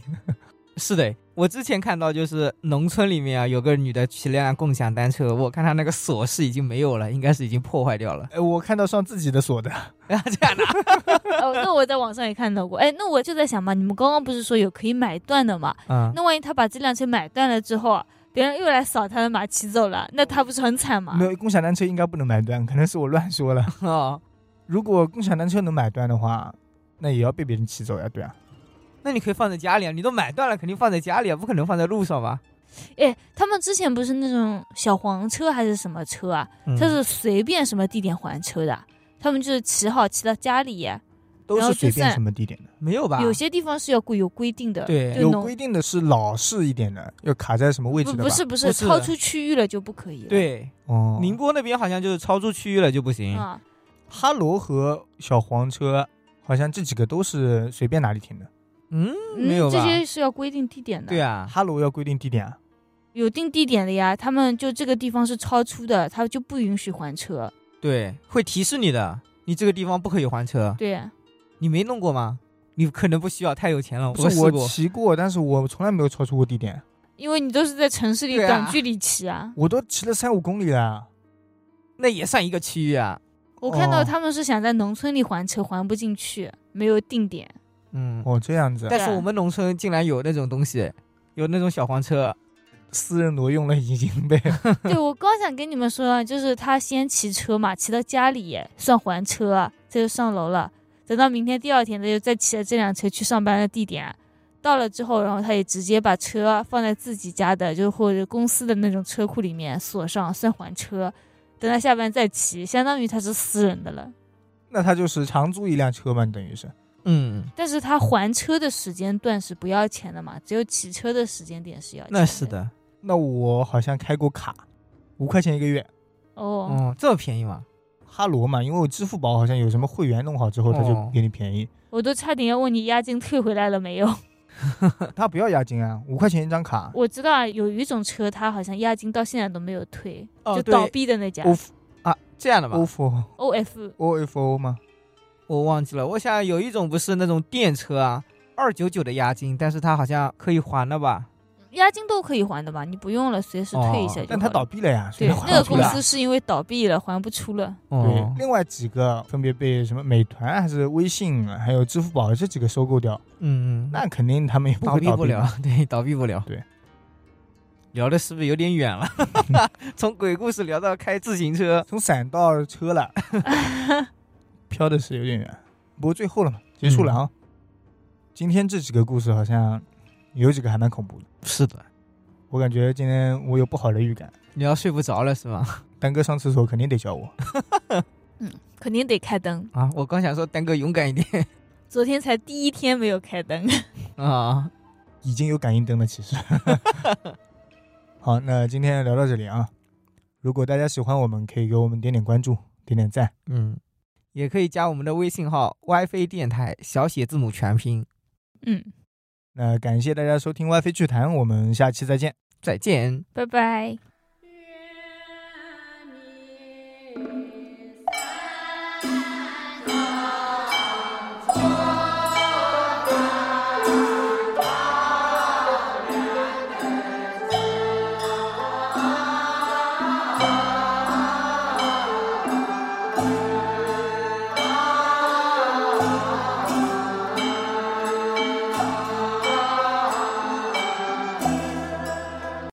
是的，我之前看到就是农村里面啊，有个女的骑辆共享单车，我看她那个锁是已经没有了，应该是已经破坏掉了。 (laughs)
哎，我看到上自己的锁的，
啊，这样的啊，
哦，那我在网上也看到过。哎，那我就在想嘛，你们刚刚不是说有可以买断的嘛？
嗯，
啊
那万一他把这辆车买断了之后，啊别人又来扫他的码骑走了，那他不是很惨吗
没？有共享单车应该不能买断，可能是我乱说了。
哦，
如果共享单车能买断的话，那也要被别人骑走呀，对啊。
那你可以放在家里啊，你都买断了，肯定放在家里啊，不可能放在路上吧？
哎，他们之前不是那种小黄车还是什么车啊？
嗯
他是随便什么地点还车的，他们就是骑好骑到家里，
都
然后就
是随便
算
什么地点的，
没有吧？
有些地方是要规有规定的，
对
就
有
农
规定的是老式一点的，要卡在什么位置
不
的吧？
不是不是
不是
超出区域了就不可以了。
对，
哦，
宁波那边好像就是超出区域了就不行。
啊，
哈罗和小黄车好像这几个都是随便哪里停的。
嗯，
嗯
没有吧
这？些是要规定地点的。
对，啊，
哈罗要规定地点啊，
有定地点的呀，他们就这个地方是超出的，他就不允许还车。
对，会提示你的，你这个地方不可以还车。
对，
你没弄过吗？你可能不需要，太有钱了。
不是
试
我
过，
骑过，但是我从来没有超出过地点。
因为你都是在城市里
对啊
短距离骑啊。
我都骑了三五公里了，
那也算一个区域啊。
我看到
哦
他们是想在农村里还车，还不进去，没有定点。 (laughs)
嗯，
哦，这样子，
但是
啊
我们农村竟然有那种东西，有那种小黄车。
私人挪用了已经
(laughs)
被
对，我刚想跟你们说啊，就是他先骑车嘛，骑到家里算还车啊，这就上楼了。等到明天第二天，他就再骑着这辆车去上班的地点。到了之后，然后他也直接把车放在自己家的，就或者公司的那种车库里面锁上，算还车。等他下班再骑，相当于他是私人的了。
那他就是长租一辆车嘛，等于是。
嗯，
但是他还车的时间段是不要钱的嘛，只有骑车的时间点是要钱
那是的。
那我好像开过卡，五块钱一个月，
哦。
哦，这么便宜吗？
哈罗嘛，因为我支付宝好像有什么会员弄好之后，他就
哦
给你便宜。 (laughs)
我都差点要问你押金退回来了没有。
啊他不要押金啊，五块钱一张卡。
我知道啊，有一种车，它好像押金到现在都没有退，
哦
就
对
倒闭的那家
我
啊，这样的吧，
ofo
OF。
ofo 吗？
我忘记了。我想有一种不是那种电车啊，二九九的押金，但是它好像可以还的吧？
押金都可以还的吧？你不用了，随时退一下就好了。
哦但他倒闭了呀，所
对
以还
那个
不出
公
来
司是因为倒闭了，还不出
(laughs)
了。 (laughs)
对
哦，，
另外几个分别被什么美团还是微信还有支付宝这几个收购掉，
嗯嗯，
那肯定他们也不
倒
会
闭
倒
不了
嘛。，
(laughs) 对，倒闭不了。
对，
聊的是不是有点 (laughs) 远了？从鬼故事聊到开自行车，
从伞到车了， (laughs) 飘的是有点远，不过最后了嘛，结束
嗯
了啊。今天这几个故事好像有几个还蛮恐怖的，
(laughs) 是的，
我感觉今天我有不好的预感，
你要睡不着了是吗？
丹哥上厕所肯定得叫我。
肯定得开灯，
(laughs) 啊，我刚想说丹哥勇敢一点 (laughs)
昨天才第一天没有开灯。
啊，
已经有感应灯了，其实。 (laughs) 好，那今天聊到这里啊。如果大家喜欢我们，可以给我们点点关注，点点赞。
嗯，也可以加我们的微信号 WiFi 电台小写字母全拼，
嗯，
那感谢大家收听《歪飞趣谈》，我们下期再见。
再见。
拜拜。